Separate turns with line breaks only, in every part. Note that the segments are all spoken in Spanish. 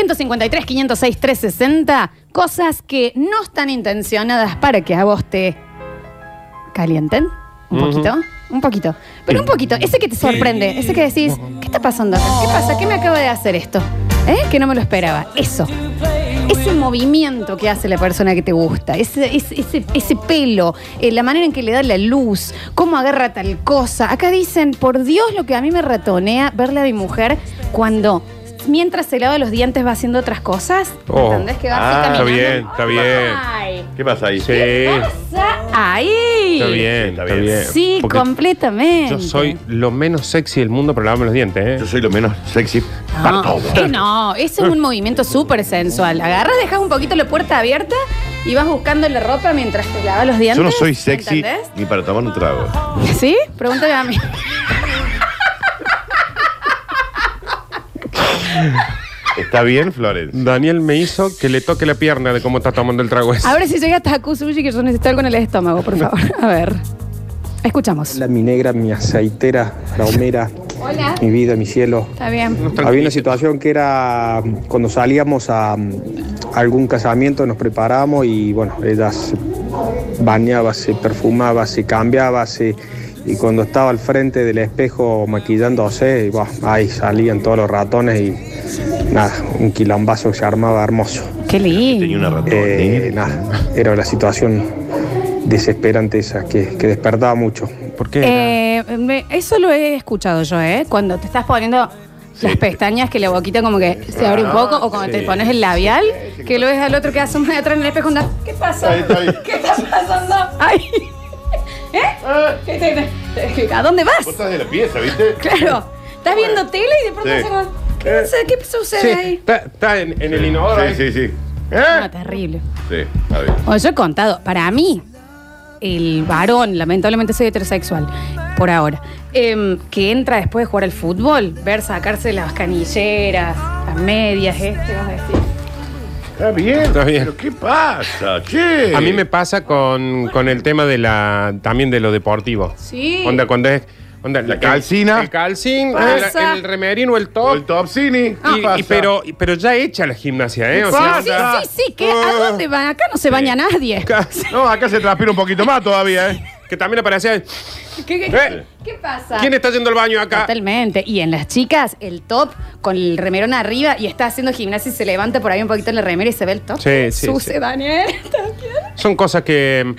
153, 506, 360, cosas que no están intencionadas para que a vos te calienten. Un
Ujú.
poquito, un poquito. Pero un poquito, ese que te sorprende, ese que decís, ¿qué está pasando acá? ¿Qué pasa? ¿Qué me acaba de hacer esto? ¿Eh? Que no me lo esperaba. Eso. Ese movimiento que hace la persona que te gusta, ese, ese, ese- ese pelo, eh, la manera en que le da la luz, cómo agarra tal cosa. Acá dicen, por Dios, lo que a mí me ratonea verle a mi mujer cuando mientras se lava los dientes va haciendo otras cosas.
Oh.
¿Entendés? Que va
Ah,
así
está
caminando.
bien, está bien.
Ay,
¿Qué pasa ahí?
Sí, está
pasa ahí.
bien,
está
está
bien.
bien.
Sí,
Porque
completamente.
Yo soy lo menos sexy del mundo para lavarme los dientes,
Yo
¿eh?
soy lo menos sexy para
No,
todo.
eh, no, ese es un movimiento súper sensual. Agarras, dejas un poquito la puerta abierta y vas buscando la ropa mientras te lavas los dientes.
Yo no soy sexy
¿Entendés?
ni para tomar un trago.
¿Sí? Pregúntame a mí.
¿Está bien, Flores?
Daniel me hizo que le toque la pierna de cómo está tomando el trago ese.
A ver si llega Taku Sushi, que yo necesito algo en el estómago, por favor. A ver. Escuchamos.
La mi negra, mi aceitera, la homera,
Hola.
mi vida, mi cielo.
Está bien.
Había una situación que era mm, cuando salíamos a mm, algún casamiento, nos preparamos y bueno, ella se bañaba, se perfumaba, se cambiaba, se, y cuando estaba al frente del espejo maquillándose, y, buah, ahí salían todos los ratones y nada, un quilombazo que se armaba hermoso.
Qué
Tenía
lindo.
una ratón.
Eh, nada, era la situación desesperante esa que, que despertaba mucho.
¿Por qué?
Eh, me- eso lo he escuchado yo, ¿eh? Cuando te estás poniendo las pestañas, que la boquita como que se abre
Ah,
un poco, o cuando te pones el labial, que lo ves al otro que asoma de atrás en el espejo. anda, ¿Qué pasa?
Ahí está, ahí.
¿Qué está pasando? Ay. ¿Eh? ¿Qué te- ¿A dónde vas?
Ah. Vos estás de la pieza, ¿viste?
Claro. Estás viendo tele y de
Sí.
pronto
Eh.
haces como, ¿qué, pasa? ¿Qué sucede
Sí,
ahí?
está, está en, en el
Sí,
inodoro. ahí. ¿Eh?
Sí, sí, sí. Ah.
No, terrible.
Sí, está bien.
Bueno, yo he contado, para mí, el varón, lamentablemente soy heterosexual, por ahora, em, que entra después de jugar al fútbol, ver sacarse las canilleras, las medias, este, vas a decir.
Está bien.
Está bien.
¿Pero qué pasa? Che.
A mí me pasa con, con el tema de la también de lo deportivo.
Sí.
Onda, cuando es. Onda,
La
el-
calcina.
El calcín, eh,
Pasa.
el, el remerín o el
O
top.
el Topsini. ¿Qué
Ah, Y- y-
pasa?
pero, y- pero ya hecha la gimnasia, ¿eh? O
pasa?
Sí, sí, sí, que
Ah.
¿a dónde van? Acá no se baña nadie. ¿Qué,
Ah. ca-
No, acá se transpira un poquito más todavía, ¿eh?
que también aparecía.
qué-
Eh.
qué pasa?
¿Quién está yendo al baño acá?
Totalmente. Y en las chicas, el top con el remerón arriba y está haciendo gimnasia y se levanta por ahí un poquito en la remera y se ve el top.
Sí, sí,
Suce,
sí.
Daniel.
Son cosas que,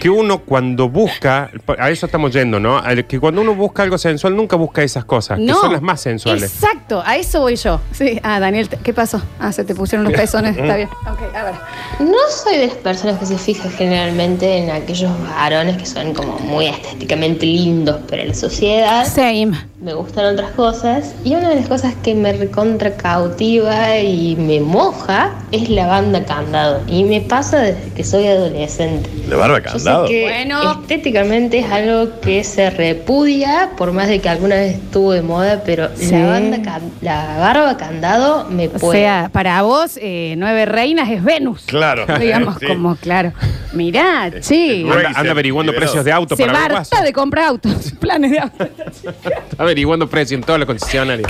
que uno cuando busca, a eso estamos yendo, ¿no? Al- Que cuando uno busca algo sensual, nunca busca esas cosas, que son las más sensuales.
Exacto, a eso voy yo. Sí, ah, Daniel, te- ¿qué pasó? Ah, se te pusieron unos
Mm.
pezones, está bien. Ok, a ver.
No soy de las personas que se fijan generalmente en aquellos varones que son como muy estéticamente lindos para la sociedad.
Same.
Me gustan otras cosas. Y una de las cosas que me recontra cautiva y me moja es la banda candado. Y me pasa desde que soy adolescente.
La barba
Yo sé
candado.
que
Bueno.
estéticamente es algo que se repudia, por más de que alguna vez estuvo de moda, pero
Sí.
la, banda can- la barba candado me
O
puede.
sea, para vos, eh, nueve reinas es Venus.
Claro.
Digamos,
Sí.
como, claro. Mirá, sí.
Bueno,
Anda, anda averiguando
Liberado.
precios de auto
Se
para ver
barta de comprar autos, planes de autos.
Está averiguando precio en todas las concesionarias.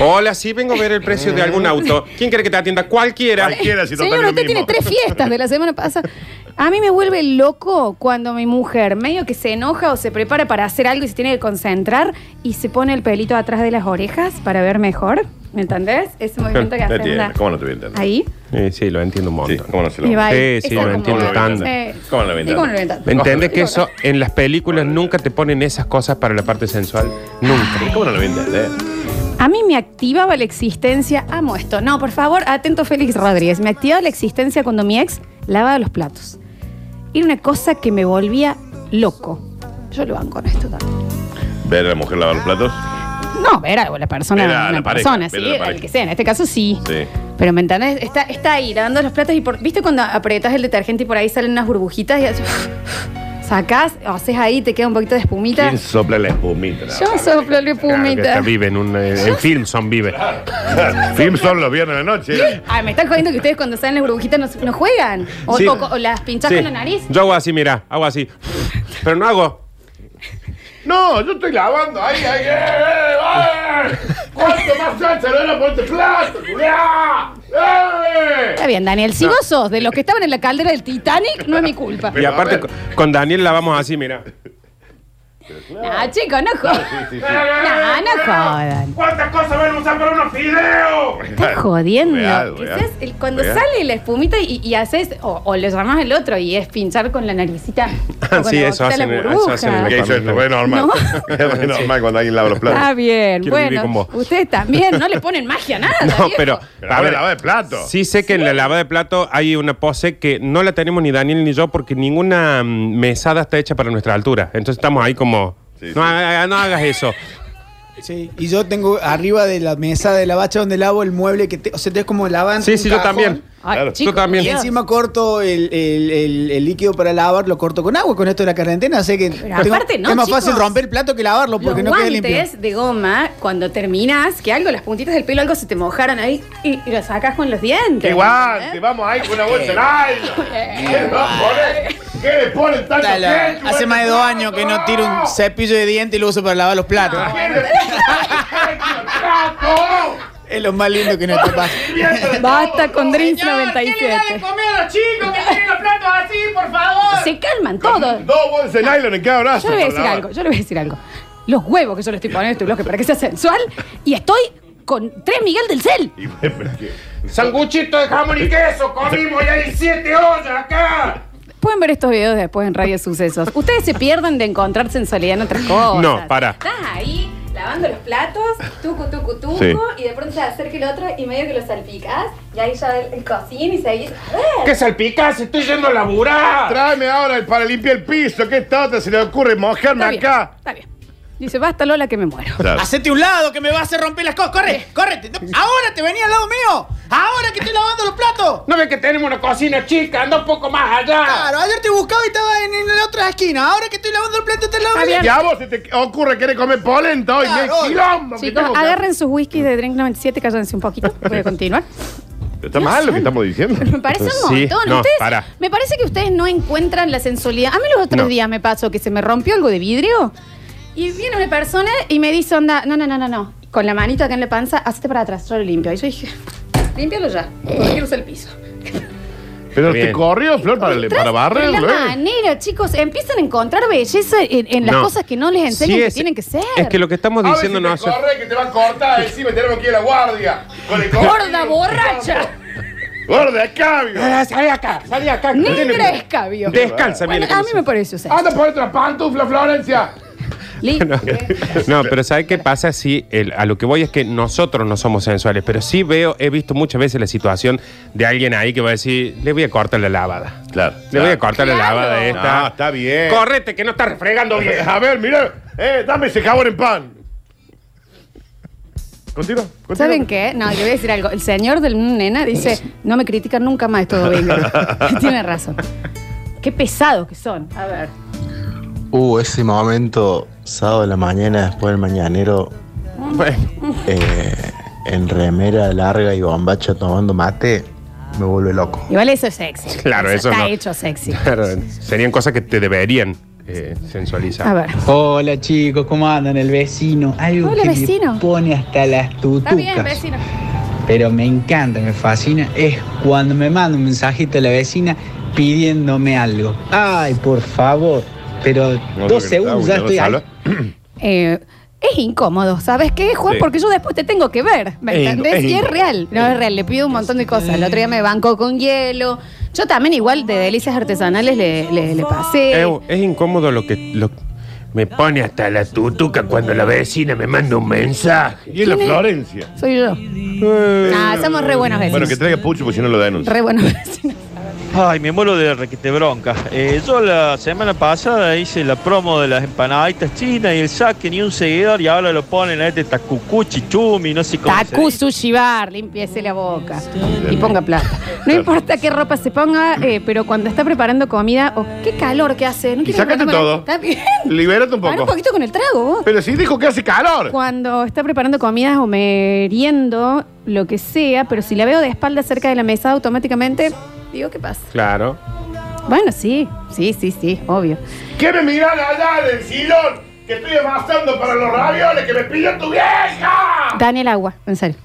Hola, sí, vengo a ver el precio de algún auto. ¿Quién quiere que te atienda? Cualquiera.
Cualquiera, si
Señor,
total,
usted
lo mismo.
tiene tres fiestas de la semana pasada. A mí me vuelve loco cuando mi mujer medio que se enoja o se prepara para hacer algo y se tiene que concentrar y se pone el pelito atrás de las orejas para ver mejor. ¿Me entendés? Ese movimiento que
Te
hace
entiendo,
anda
¿Cómo no te voy a entender?
ahí
Eh, sí, lo entiendo un
Sí,
montón.
¿cómo no se lo
y va ahí.
Sí,
Esa
sí, lo
como-
entiendo
eh,
tanto.
¿Cómo la ventana?
sí, como la ventana.
¿Me entendés que
Digo,
eso en las películas nunca te ponen esas cosas para la parte sensual? Nunca.
¿Cómo no lo voy a entender?
A mí me activaba la existencia. Amo esto. No, por favor, atento Félix Rodríguez. Me activaba la existencia cuando mi ex lavaba los platos. Era una cosa que me volvía loco. Yo lo banco en esto también.
¿Ver a la mujer lavar los platos?
No, ver a la persona,
Ver a
una
la pareja, ver
persona,
a
sí,
la
al
pareja.
que sea. En este caso sí.
Sí.
Pero me entendés, está, está ahí lavando los platos y por, ¿viste cuando apretas el detergente y por ahí salen unas burbujitas y haces- sacás, haces ahí, te queda un poquito de espumita?
¿Quién sopla la espumita?
Yo soplo la
Claro, que
espumita.
hasta vive en un. eh, en Filmson vive.
Film son los viernes de la noche.
Ay, Ah, me están jodiendo que ustedes cuando salen las burbujitas no, no juegan. O,
Sí.
o- o las pinchás
Sí.
con la nariz.
Yo hago así, mira, hago así. Pero no hago.
No, yo eh, estoy lavando. ¡Ay, ay, ay! ay, ay. cuánto más salsa le van a poner este plato?
Está bien, Daniel. Si vos sos de los que estaban en la caldera del Titanic, no es mi culpa.
Y
Pero, a
aparte,
ver.
con- con Daniel la vamos así, mira.
No, chicos, no
Sí,
jodan.
sí, sí.
No, Ah, no jodan.
¿Cuántas cosas van a usar para unos fideos?
Estás jodiendo.
Real,
Que
real.
seas el- cuando
Real.
sale la espumita y, y haces, o, o le llamás al otro y es pinchar con la naricita. o con
sí,
la
eso
boquita de
hacen-
la
eso
burbuja.
hacen en la
¿Qué hizo esto? Fue normal. Fue normal cuando alguien lava los
Está
platos.
Ah, bien,
Quiero vivir con
bueno.
vos.
Ustedes también no le ponen magia a nada.
No,
viejo.
pero.
Pero
A
ahora
ver,
lava de plato.
sí sé que en la lavada de plato hay una pose que no la tenemos ni Daniel ni yo porque ninguna mm, mesada está hecha para nuestra altura. Entonces estamos ahí como.
Sí,
no,
sí.
haga- no hagas eso.
Sí, y yo tengo arriba de la mesa de la bacha donde lavo el mueble que te, o sea, te es como lavando.
Sí,
un
sí, yo
cajón,
también.
Ay,
Claro.
chicos,
Tú también.
Y
Dios.
encima corto el, el- el- el líquido para lavar, lo corto con agua con esto de la cuarentena, sé que
Pero aparte no,
es más
chicos.
fácil romper el plato que lavarlo porque
Los
no queda limpio.
guantes de goma, cuando terminas, que algo, las puntitas del pelo, algo se te mojaron ahí y, y lo sacas con los dientes. ¿Eh?
¡Qué guante! ¡Vamos ahí con una bolsa de aire! ¿Qué le va a poner? ¿Qué le ponen tanto este
Está la-
ketchup?
hace más de dos años que no tiro un cepillo de diente y lo uso para lavar los platos.
¿Qué le ponen?
Es lo más lindo que nos te pasa.
Basta con Drinks 97.
comer a los chicos que tienen los platos así, por favor?
Se calman todos.
Dos bolsas de nylon en cada brazo.
Yo le voy a
por
decir
favor.
algo, yo le voy a decir algo. Los huevos que yo le estoy poniendo a este bloque para que sea sensual y estoy con tres Miguel del Cel.
Y bueno, que-
Sanguchito de jamón y queso, comimos y hay siete ollas acá.
Pueden ver estos videos después en Radio Sucesos. Ustedes se pierden de encontrar sensualidad en otras cosas.
No, pará.
Estás ahí lavando los platos, tucu, tucu, tucu,
Sí.
y de pronto se acerca el otro y medio que lo salpicas, y ahí ya el, el cocín y seguís. ¡Ah!
¿Qué salpicás? Estoy yendo a laburar.
Tráeme ahora el- para limpiar el piso. ¿Qué tata se le ocurre mojarme
Está bien,
acá?
está bien. Dice, basta Lola que me muero.
Claro.
Hacete un lado que me vas a hacer romper las cosas. Corre, corre. te- Ahora te venía al lado mío. Ahora que estoy lavando los platos.
No ves que tenemos una cocina chica, anda un poco más allá.
Claro, ayer te buscaba y estaba en, en la otra esquina. Ahora que estoy lavando los platos, estás al lado mío.
Y a vos se te ocurre querer comer polenta hoy.
Claro,
¡Qué
hoy.
quilombo que
Chicos,
tengo que-
agarren sus whiskies de Drink 97, cállense un poquito. Voy a continuar.
Está mal lo que estamos diciendo.
Me parece un
Sí,
montón.
no,
Ustedes-
pará.
Me parece que ustedes no encuentran la sensualidad. A mí los otros
No.
días me pasó que se me rompió algo de vidrio y viene una persona y me dice, onda, no, no, no, no, no. Con la manito acá en la panza, hazte para atrás, yo lo limpio. Y yo dije, límpialo ya, porque quiero usar el piso.
Pero
Bien.
te corrió, Flor, para,
Encontrás
para
La
barrerlo. ¿eh?
manera, chicos, empiezan a encontrar belleza en, en las
No.
cosas que no les enseñan
Sí
que
es-
tienen que ser.
Es que lo que estamos
A ver
diciendo
si
no
te
hace.
corre, que te van a cortar encima y tenemos que ir a la guardia. Con el
Gorda,
cocodrilo.
borracha,
Gorda, escabio.
Salí acá, salí acá.
negra escabio.
Descalza, este
Bueno,
mira.
a mí me parece, o
Ah,
sea,
Anda por otra pantufla, Florencia.
limpio.
No, pero ¿sabes qué pasa? Sí, el- a lo que voy es que nosotros no somos sensuales, pero sí veo, he visto muchas veces la situación de alguien ahí que va a decir, le voy a cortar la lavada.
Claro.
Le voy a cortar la
Claro.
lavada de esta.
No, está bien.
Correte, que no está refregando bien.
A ver, mira, eh, dame ese jabón en pan. Continúa. continúa.
Pues
¿Saben qué? No, yo voy a decir algo. El señor del nena dice, no me critican nunca más, es todo bien. Tiene razón. Qué pesados que son. A ver.
Uh, ese momento, sábado de la mañana, después del mañanero,
Bueno,
eh, en remera larga y bombacha tomando mate, me vuelve loco.
Igual eso es sexy.
Claro, eso
está
no.
hecho sexy.
claro, serían cosas que te deberían eh, sensualizar.
A ver.
Hola chicos, ¿cómo andan? El vecino, algo
Hola,
que
vecino.
me pone hasta las
Está
tutucas.
bien, vecino.
Pero me encanta, me fascina, es cuando me manda un mensajito a la vecina pidiéndome algo. Ay, por favor. Pero
No,
dos
porque
segundos
está,
ya
no
estoy
se
ahí.
habla.
Eh, es incómodo, ¿sabes qué, Juan?
Sí.
Porque yo después te tengo que ver, ¿me
Es
entendés?
inco- es
Y es
incómodo.
real, no es real, le pido un montón de cosas. El otro día me bancó con hielo. Yo también igual de delicias artesanales le, le- le pasé.
Es, es incómodo lo que. lo- me pone hasta la tutuca cuando la vecina me manda un mensaje.
Y en la
¿Quién es?
Florencia.
Soy yo.
eh.
Ah, somos re buenos vecinos.
Bueno, que traiga Pucho porque si no lo denuncia.
Re buenos vecinos.
Ay, me muero de requete bronca. Eh, yo la semana pasada hice la promo de las empanaditas chinas y el saque ni un seguidor y ahora lo ponen a este tacucu, chichumi, no sé cómo se
Taku
dice.
sushi bar, limpiese la boca y ponga plata. No importa qué ropa se ponga, eh, pero cuando está preparando comida, oh, qué calor que hace. No
Y
quiero
sácate
prepararme-
todo.
Está bien.
Libérate un
Ahora un
poco.
poquito con el trago vos.
Pero sí dijo que hace calor.
Cuando está preparando comidas o meriendo, lo que sea, pero si la veo de espalda cerca de la mesa, automáticamente digo, ¿qué pasa?
Claro.
Bueno, sí, sí, sí, sí, obvio.
¿Qué me miran allá del sillón? Que estoy amasando para los ravioles que me pidió tu vieja.
Daniel agua, en serio.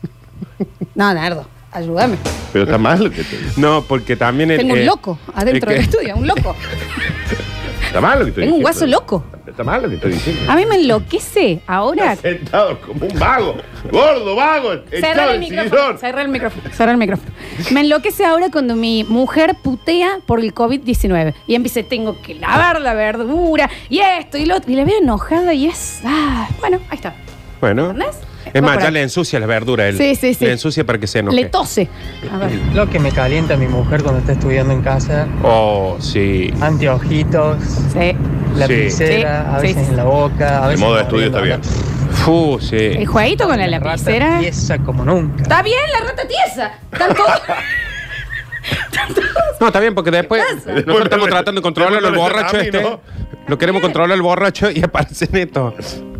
No, Nardo, ayúdame.
Pero está mal lo que te digo.
No, porque también... el-
Tengo un
eh,
loco adentro
es
del
que-
estudio, un loco.
Está mal lo que te
Tengo
digo.
un guaso loco.
Está mal lo que estoy diciendo.
A mí me enloquece ahora.
Sentado como un vago. Gordo, vago. Echado
Cerrar el
el
micrófono.
sillón.
Cerrar el micrófono. Cerrar el micrófono. Me enloquece ahora cuando mi mujer putea por el COVID-19. Y empieza, tengo que lavar la verdura y esto y lo otro. Y la veo enojada y es. Ah, bueno, ahí está.
Bueno.
¿Entendés?
Es
Va
más,
por
ya
ahí.
le ensucia las verduras. él.
Sí, sí, sí.
Le ensucia para que se enoje.
Le tose. A ver.
Lo que me calienta mi mujer cuando está estudiando en casa,
Oh, sí.
anteojitos,
Sí.
la
Sí.
lapicera,
Sí,
a
sí,
veces
sí.
en la boca, a
El
veces
modo de estudio está bien.
Fu, sí.
El jueguito con la lapicera.
Pieza como nunca.
Está bien, la rata tiesa. Están todos- Están todos-
No, está bien, porque después nosotros estamos tratando de controlarlo al
Después me
borracho
resta
este.
a mí,
Lo queremos controlar al borracho y aparecen estos.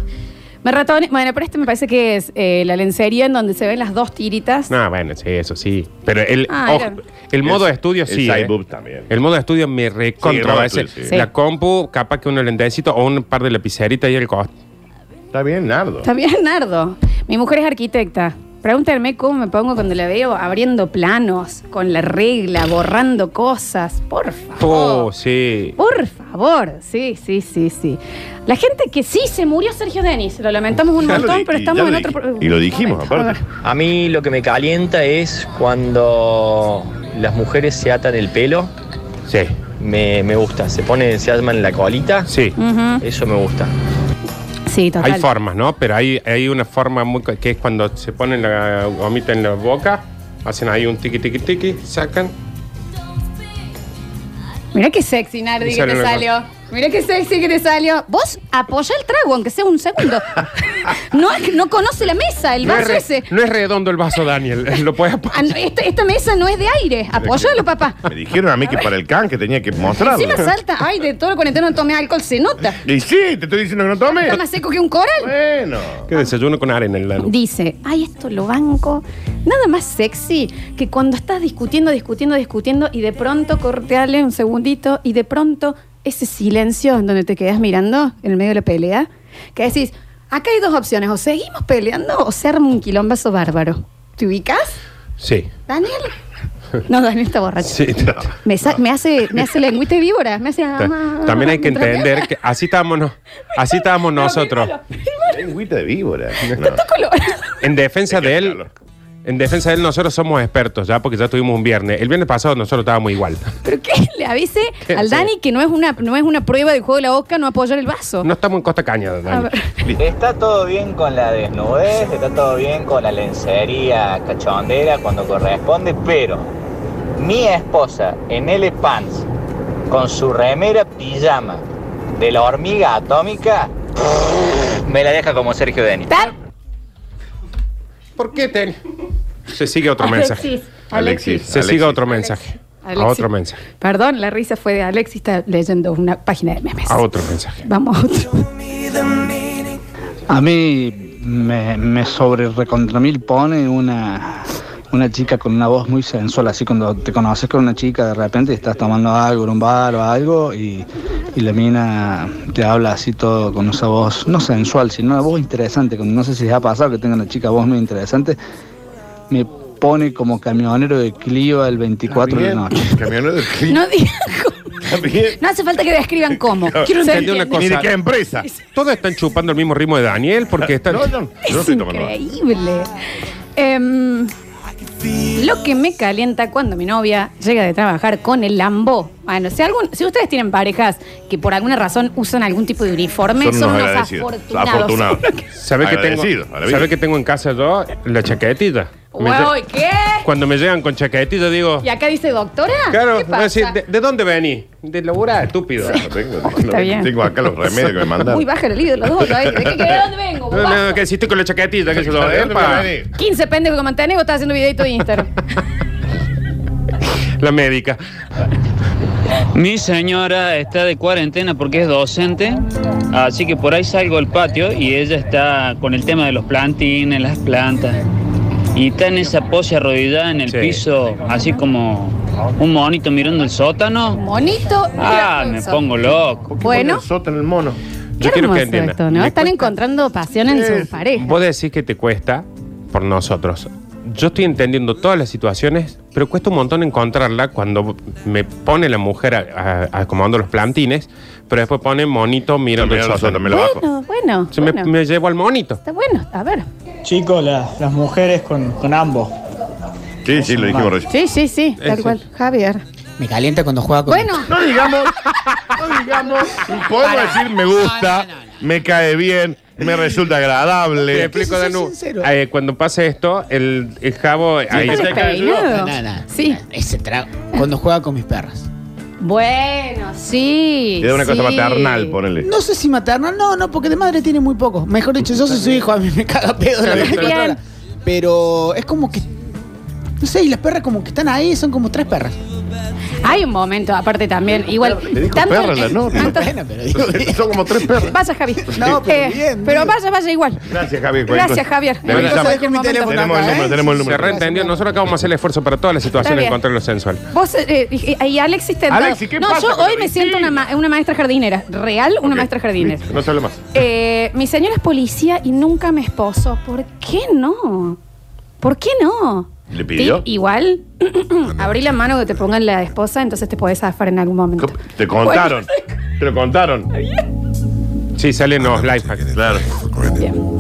Me ratone. Bueno, pero este me parece que es eh, la lencería en donde se ven las dos tiritas.
No, bueno, sí, eso sí. Pero el,
Ah,
ojo,
era.
el modo de
El-
estudio
el
sí.
side
eh.
boob también.
El modo de estudio me recontra.
Sí,
a veces.
sí,
sí.
La compu, capaz que un lentecito o un par de lapiceritas y el costo.
Está bien, Nardo.
Está bien, Nardo. Mi mujer es arquitecta. Pregúntame cómo me pongo cuando la veo abriendo planos, con la regla, borrando cosas. Por
Oh,
favor.
sí.
Por favor. Sí, sí, sí, sí. La gente que sí se murió Sergio Denis. Lo lamentamos un
Ya lo
montón,
di-
pero
y
estamos
ya
en
lo
otro.
di-
pro-
y lo dijimos,
momento.
aparte.
A ver.
A mí lo que me calienta es cuando las mujeres se atan el pelo,
Sí.
me, me gusta, se ponen, se arman la colita,
Sí.
Ujú.
eso me gusta.
Sí, total.
Hay formas, ¿no? Pero hay, hay una forma muy, co- que es cuando se ponen la gomita en la boca, hacen ahí un tiqui tiqui tiqui, sacan.
Mira qué sexy, Nardi,
Me
que
sale
te
una
salió. Mira qué sexy que te salió. Vos apoyá el trago, aunque sea un segundo. no, no conoce la mesa, el
No es,
vaso
re-
ese.
no es redondo el vaso, Daniel. Lo puedes
Ah, no, esta, esta mesa no es de aire. Apóyalo, papá.
Me dijeron a mí que para el can que tenía que mostrarlo.
Encima salta. Ay, de todo el cuarentena no tomé alcohol, se nota.
Y sí, te estoy diciendo que no tomes.
Está más seco que un coral.
Bueno.
Que desayuno con arena
Ah.
en la nuca.
Dice, ay, esto lo banco. Nada más sexy que cuando estás discutiendo, discutiendo, discutiendo y de pronto corteale un segundito y de pronto ese silencio en donde te quedas mirando en el medio de la pelea, que decís, acá hay dos opciones, o seguimos peleando o se arma un quilombazo bárbaro. ¿Te ubicas?
Sí.
Daniel. No, Daniel está borracho.
sí.
Me, sa- me hace, me hace lengüita de víbora. Me hace.
Ta- También hay que entender que así estábamos, no- así estábamos nosotros.
Lengüita de víbora. No.
En defensa
Es que
de
es
él,
calor.
en defensa de él nosotros somos expertos ya, porque ya tuvimos un viernes. El viernes pasado nosotros estábamos igual.
Pero que le avise
¿Qué?
al
Sí.
Dani que no es una, no es una prueba del juego de la boca no apoyar el vaso.
No estamos en Costa Caña,
A
Daniel.
ver.
Está todo bien con la desnudez, está todo bien con la lencería cachondera cuando corresponde, pero mi esposa en L Pants con su remera pijama de la hormiga atómica me la deja como Sergio Denis.
Tan-
¿Por qué ten? Se sigue otro mensaje.
Alexis. Alexis.
Alexis.
Se sigue otro mensaje.
Alexis.
A otro mensaje.
Perdón, la risa fue de Alexis, está leyendo una página de memes.
A otro mensaje.
Vamos a otro.
A mí me, me sobre recontra mil pone una, una chica con una voz muy sensual, así cuando te conoces con una chica de repente y estás tomando algo en un bar o algo y, y la mina te Ah, habla así todo con esa voz, no sensual, sino una voz interesante, como no sé si les ha pasado que tenga una chica voz muy interesante, me pone como camionero de Clio el 24 de la
Bien.
noche.
Camionero de clima.
No digan cómo.
Está bien.
No hace falta que describan cómo.
Claro.
Quiero
Entendí
entender
una
Ni de
cosa.
qué empresa.
Todos están chupando el mismo ritmo de Daniel porque están.
No, no, yo no
Es
estoy tomando nada.
increíble. Em, lo que me calienta cuando mi novia llega de trabajar con el Lambo. Bueno, si, algún, si ustedes tienen parejas que por alguna razón usan algún tipo de uniforme, son, unos
agradecidos.
afortunados.
¿Sabe que, tengo,
Agradecido, maravilla.
¿Sabe que tengo en casa yo? La chaquetita.
Wow,
Me lle-
¿y ¿qué?
Cuando me llegan con chaquetita digo.
Y acá dice doctora.
Claro,
¿Qué
voy a
pasa?
decir, ¿de, de dónde venís? De laburar, estúpido.
No tengo,
Está
no,
bien.
Tengo acá los remedios que me mandaron.
Muy baja el líder, los dos. ahí. ¿De, qué, qué- de dónde vengo?
No,
guapo?
no, que si estoy con la chaquetita, que se lo
¿Dónde
epa.
me venís?
15 pendejos que mantenés vos estás haciendo videito de Instagram.
La médica.
Mi señora está de cuarentena porque es docente, así que por ahí salgo al patio y ella está con el tema de los plantines, las plantas. Y está en esa pose arrodillada en el
Sí.
piso, así como un monito mirando el sótano.
Monito.
Ah, me
miraculoso.
pongo loco.
Bueno.
El sótano, el mono.
Qué
Yo quiero
hermoso
que entiendan.
esto, ¿no?
Me
Están
cuesta-
encontrando pasión en
Sí,
sus
sí.
parejas.
Vos decís que te cuesta por nosotros. yo estoy entendiendo todas las situaciones, pero cuesta un montón encontrarla cuando me pone la mujer a- a- acomodando los plantines, pero después pone monito mirando el
Mirando el
sótano.
sótano, me lo bajo.
Bueno, bueno.
Se me-
bueno.
me llevo al monito.
Está bueno, a ver.
Chicos, la- las mujeres con, con ambos.
Sí, sí, lo dijimos recién.
Sí, sí, sí, tal cual. Javier.
Me calienta cuando juega con.
Bueno.
No digamos, no digamos. Podemos decir me gusta, me cae bien, me resulta agradable.
Te explico de nuevo. Eh, cuando pase esto, el, el jabo ahí
Siempre
está.
despeinado. No, no, no.
Sí.
Ese trago. Cuando juega con mis perras.
Bueno, sí.
Es una cosa
sí.
maternal, ponele.
No sé si maternal, no, no, porque de madre tiene muy poco. Mejor dicho, yo soy su hijo, a mí me caga pedo la
Está bien,
24
está bien.
horas. Pero es como que. No sé, y las perras como que están ahí, son como tres perras.
Hay un momento, aparte también, igual.
perra la novia.
tanto-
Son como tres perros.
Vaya, Javi.
No, pero
bien. Pero vaya, vaya igual.
Gracias, Javier.
Gracias, Javier.
Le avisamos. Tenemos el
¿eh?
número, tenemos el número. Se
Gracias,
reentendió. Nosotros acabamos de hacer el esfuerzo para todas las
Está
situaciones
bien.
en contra de lo sensual.
Vos, eh, y, y Alexis tentado.
Alexis, ¿qué
no,
pasa
yo
con
hoy me siento una, ma- una maestra jardinera. Real, una maestra jardinera.
No se habla más.
Eh, mi señora es policía y nunca me esposó. ¿Por qué no? ¿Por qué no?
¿Le pidió?
Tip, igual, abrí la mano que te pongan la esposa, entonces te podés zafar en algún momento.
Te contaron. Te lo contaron.
Ah, Sí, salen los life hacks.
Claro.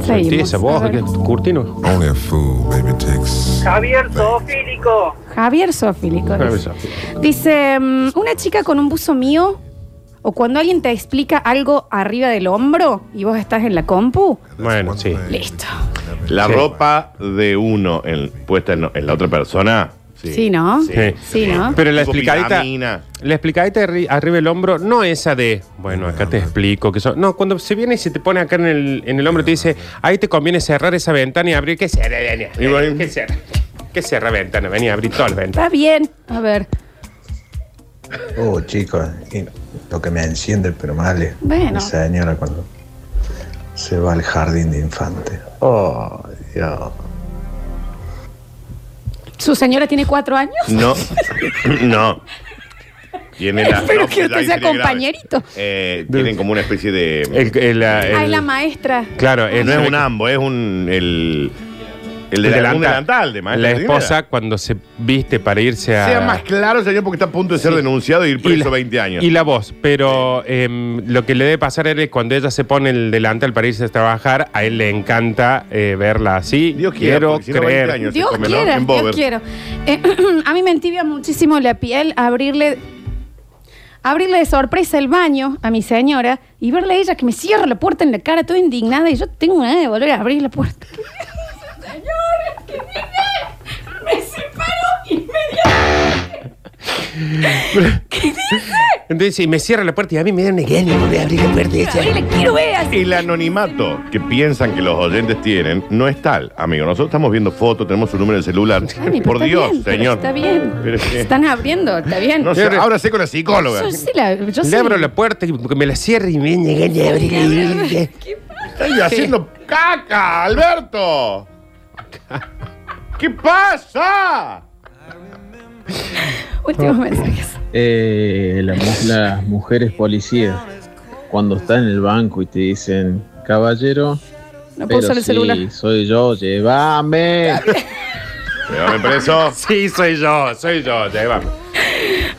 Seguimos.
esa voz, ¿qué? Curtino.
Javier Zoofílico.
Javier Sofílico.
Javier
dice. Dice, mm, una chica con un buzo mío, o cuando alguien te explica algo arriba del hombro y vos estás en la compu,
Bueno, sí.
listo.
La
Sí.
ropa de uno en- puesta en, en la otra persona.
Sí, ¿no?
Sí.
Sí, ¿no?
Pero la
Tipo
explicadita.
vitamina.
La explicadita arri- arriba del hombro no esa de, bueno, acá te explico que eso. No, cuando se viene y se te pone acá en el, en el hombro, te dice, ahí te conviene cerrar esa ventana y abrir. ¿Qué cierra, vení, vení, ¿Qué cierra? ¿Qué cierra ventana? Vení, abrí todas las ventanas.
Está bien. A ver.
Oh, chicos, y lo que me enciende, pero mal
Bueno.
mi señora cuando se va al jardín de infantes. Oh, Dios.
¿Su señora tiene cuatro años?
No. no. Tiene la,
Espero
no, pues,
que usted
ahí
sea
tiene grave.
compañerito.
Eh, tienen como una especie de.
Ah, es la maestra.
Claro,
no es un ambo, es un. El, el, de la, un delantal de maestra
La
jardinera.
esposa cuando se viste para irse a...
Sea más claro, señor, porque está a punto de ser denunciado y ir preso 20 años.
Y la voz, pero em, lo que le debe pasar es que cuando ella se pone el delantal para irse a trabajar, a él le encanta eh, verla así. Yo
quiera,
quiero
porque si no, 20
creer.
años
Dios quiera, Dios quiero. a mí me entibia muchísimo la piel abrirle, abrirle de sorpresa el baño a mi señora y verle a ella que me cierra la puerta en la cara, toda indignada, y yo tengo ganas de volver a abrir la puerta.
Señora, que viene. Me separo inmediatamente.
Entonces, si me cierra la puerta y a mí me da una idea, me voy a abrir la puerta. y ella-
El anonimato que piensan que los oyentes tienen no es tal, amigo. Nosotros estamos viendo fotos, tenemos su número de celular.
pero
Por
Ah, está
Dios,
bien, pero
señor.
está bien.
Pero es que-
Están abriendo, está bien.
No sé, ahora sé con la psicóloga.
Yo sí la- yo sí-
le abro la puerta y que me la cierre y me da ganas de abrirla.
Estoy haciendo caca, Alberto. ¿Qué pasa? Ah.
Últimos mensajes.
Eh, la mu- las mujeres policías, cuando están en el banco y te dicen, caballero,
No puedo
pero
usar el
sí,
celular".
soy yo, llévame.
Llévame preso.
Sí, soy yo, soy yo, llévame.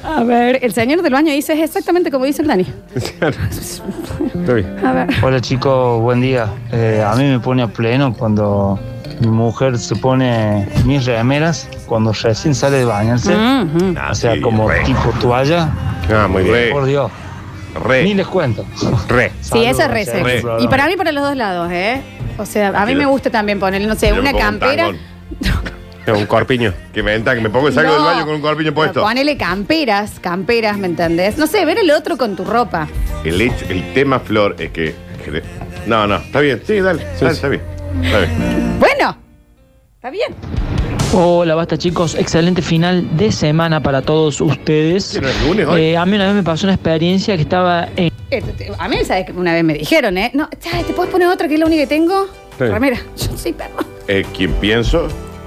A ver, el señor del baño dice es exactamente como dice el Dani. A ver.
Hola chicos, buen día. Eh, a mí me pone a pleno cuando mi mujer se pone mis remeras cuando recién sale de bañarse.
Ujú.
O sea, como tipo toalla.
Ah, muy bien.
Por Dios. Ni les cuento.
Re.
Sí, esa es re sexy. Y para mí, para los dos lados, ¿eh? O sea, a mí me gusta también poner, no sé,
Yo me
una
pongo un
campera.
tangón. un corpiño. Que me entra, que me pongo y salgo
No.
del baño con un corpiño
Pero
puesto.
Ponele camperas, camperas, ¿me entendés? No sé, ver el otro con tu ropa.
El, hecho, el tema, Flor, es que. que- No, no, está bien. Sí, dale, dale, está bien. Está bien.
Bueno, está bien.
Hola, basta chicos. Excelente final de semana para todos ustedes. Eh, a mí una vez me pasó una experiencia que estaba en...
Eh, te- te- A mí, ¿sabes? que Una vez me dijeron, ¿eh? No, ya, ¿te puedes poner otra que es la única que tengo?
Sí.
Ramera, yo soy perro.
Eh, ¿Quién pienso?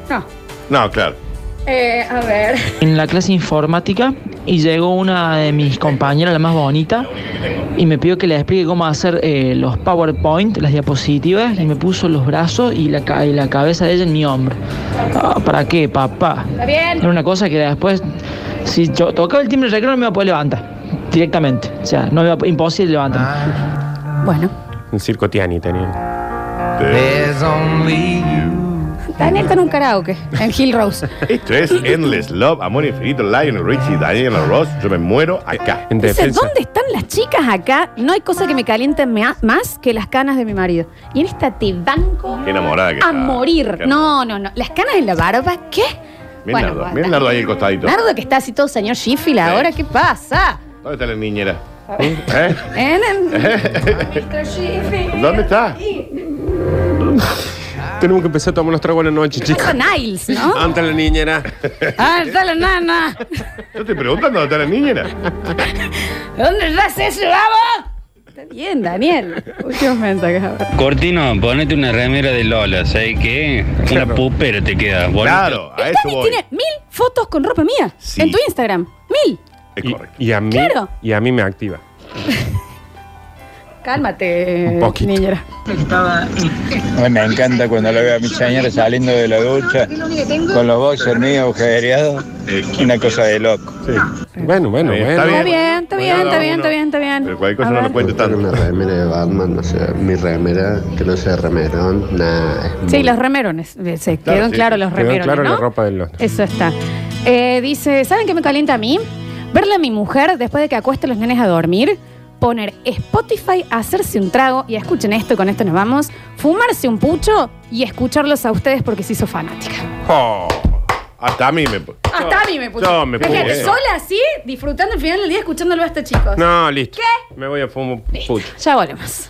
No.
No, claro.
Eh, a ver.
En la clase de informática y llegó una de mis compañeras, la más bonita, y me pidió que le explique cómo hacer eh, los PowerPoint, las diapositivas, y me puso los brazos y la, ca- y la cabeza de ella en mi hombro. Ah, ¿Para qué, papá?
Está bien.
Era una cosa que después, si yo tocaba el timbre del recreo, no me iba a poder levantar directamente. O sea, no me iba a- imposible levantarme.
Bueno.
Un circo Tiani tenía.
Eh,
Daniel está en un karaoke, en Hill Rose.
Esto es Endless Love, Amor Infinito, Lionel Richie, Diana Ross. Yo me muero acá. En
Dice, ¿dónde están las chicas acá? No hay cosa que me caliente mea- más que las canas de mi marido. Y en esta te banco
Qué enamorada que
a
está.
morir.
Qué-
No, no, no. Las canas en la barba, ¿qué?
Miren
Bueno,
Nardo,
basta.
miren Nardo ahí el costadito.
Nardo que está así todo señor Sheffield ahora, ¿qué pasa?
¿Dónde está la niñera? ¿Eh?
En- en-
¿Dónde está?
Tenemos que empezar a tomar los tragos a la noche, chicos.
Eso Niles, ¿no?
Ante la niñera.
Ah, está la nana.
Yo estoy preguntando dónde está la niñera.
¿Dónde estás eso, vamos? Está bien, Daniel. Últimos mensajes ahora.
Cortino, ponete una remera de Lola, ¿sabes qué? Una pupera te queda. bonita.
Claro, a eso voy.
Tiene mil fotos con ropa mía en tu Instagram. Mil.
Es correcto.
Y a mí,
Claro.
y a mí me activa.
Cálmate,
poquito.
niñera.
Ay, me encanta cuando lo veo a mi señora saliendo de la ducha con los boxers míos agujereados.
Eh,
Una cosa de loco.
Bueno, bueno,
bueno.
Está bien, está bien, está bien, está bien, está bien. A ver.
tanto. Una remera de Batman, no sea mi remera, que no sea remerón, nada.
Sí, los remerones. Eh, Se
Claro,
quedan
sí.
claros los
Quedó
remerones.
claro
¿no?
la ropa del otro.
Eso está. Eh, dice: ¿Saben qué me calienta a mí? Verle a mi mujer después de que acueste a los nenes a dormir, poner Spotify, hacerse un trago y escuchen esto, y con esto nos vamos, fumarse un pucho y escucharlos a ustedes porque se hizo fanática.
Oh, hasta a mí me.
Hasta a mí me puso.
yo me puse.
Fíjate, sola así, disfrutando el final del día, escuchándolo hasta chicos.
No, listo.
¿Qué?
Me voy a fumar un pucho.
este Ya volvemos.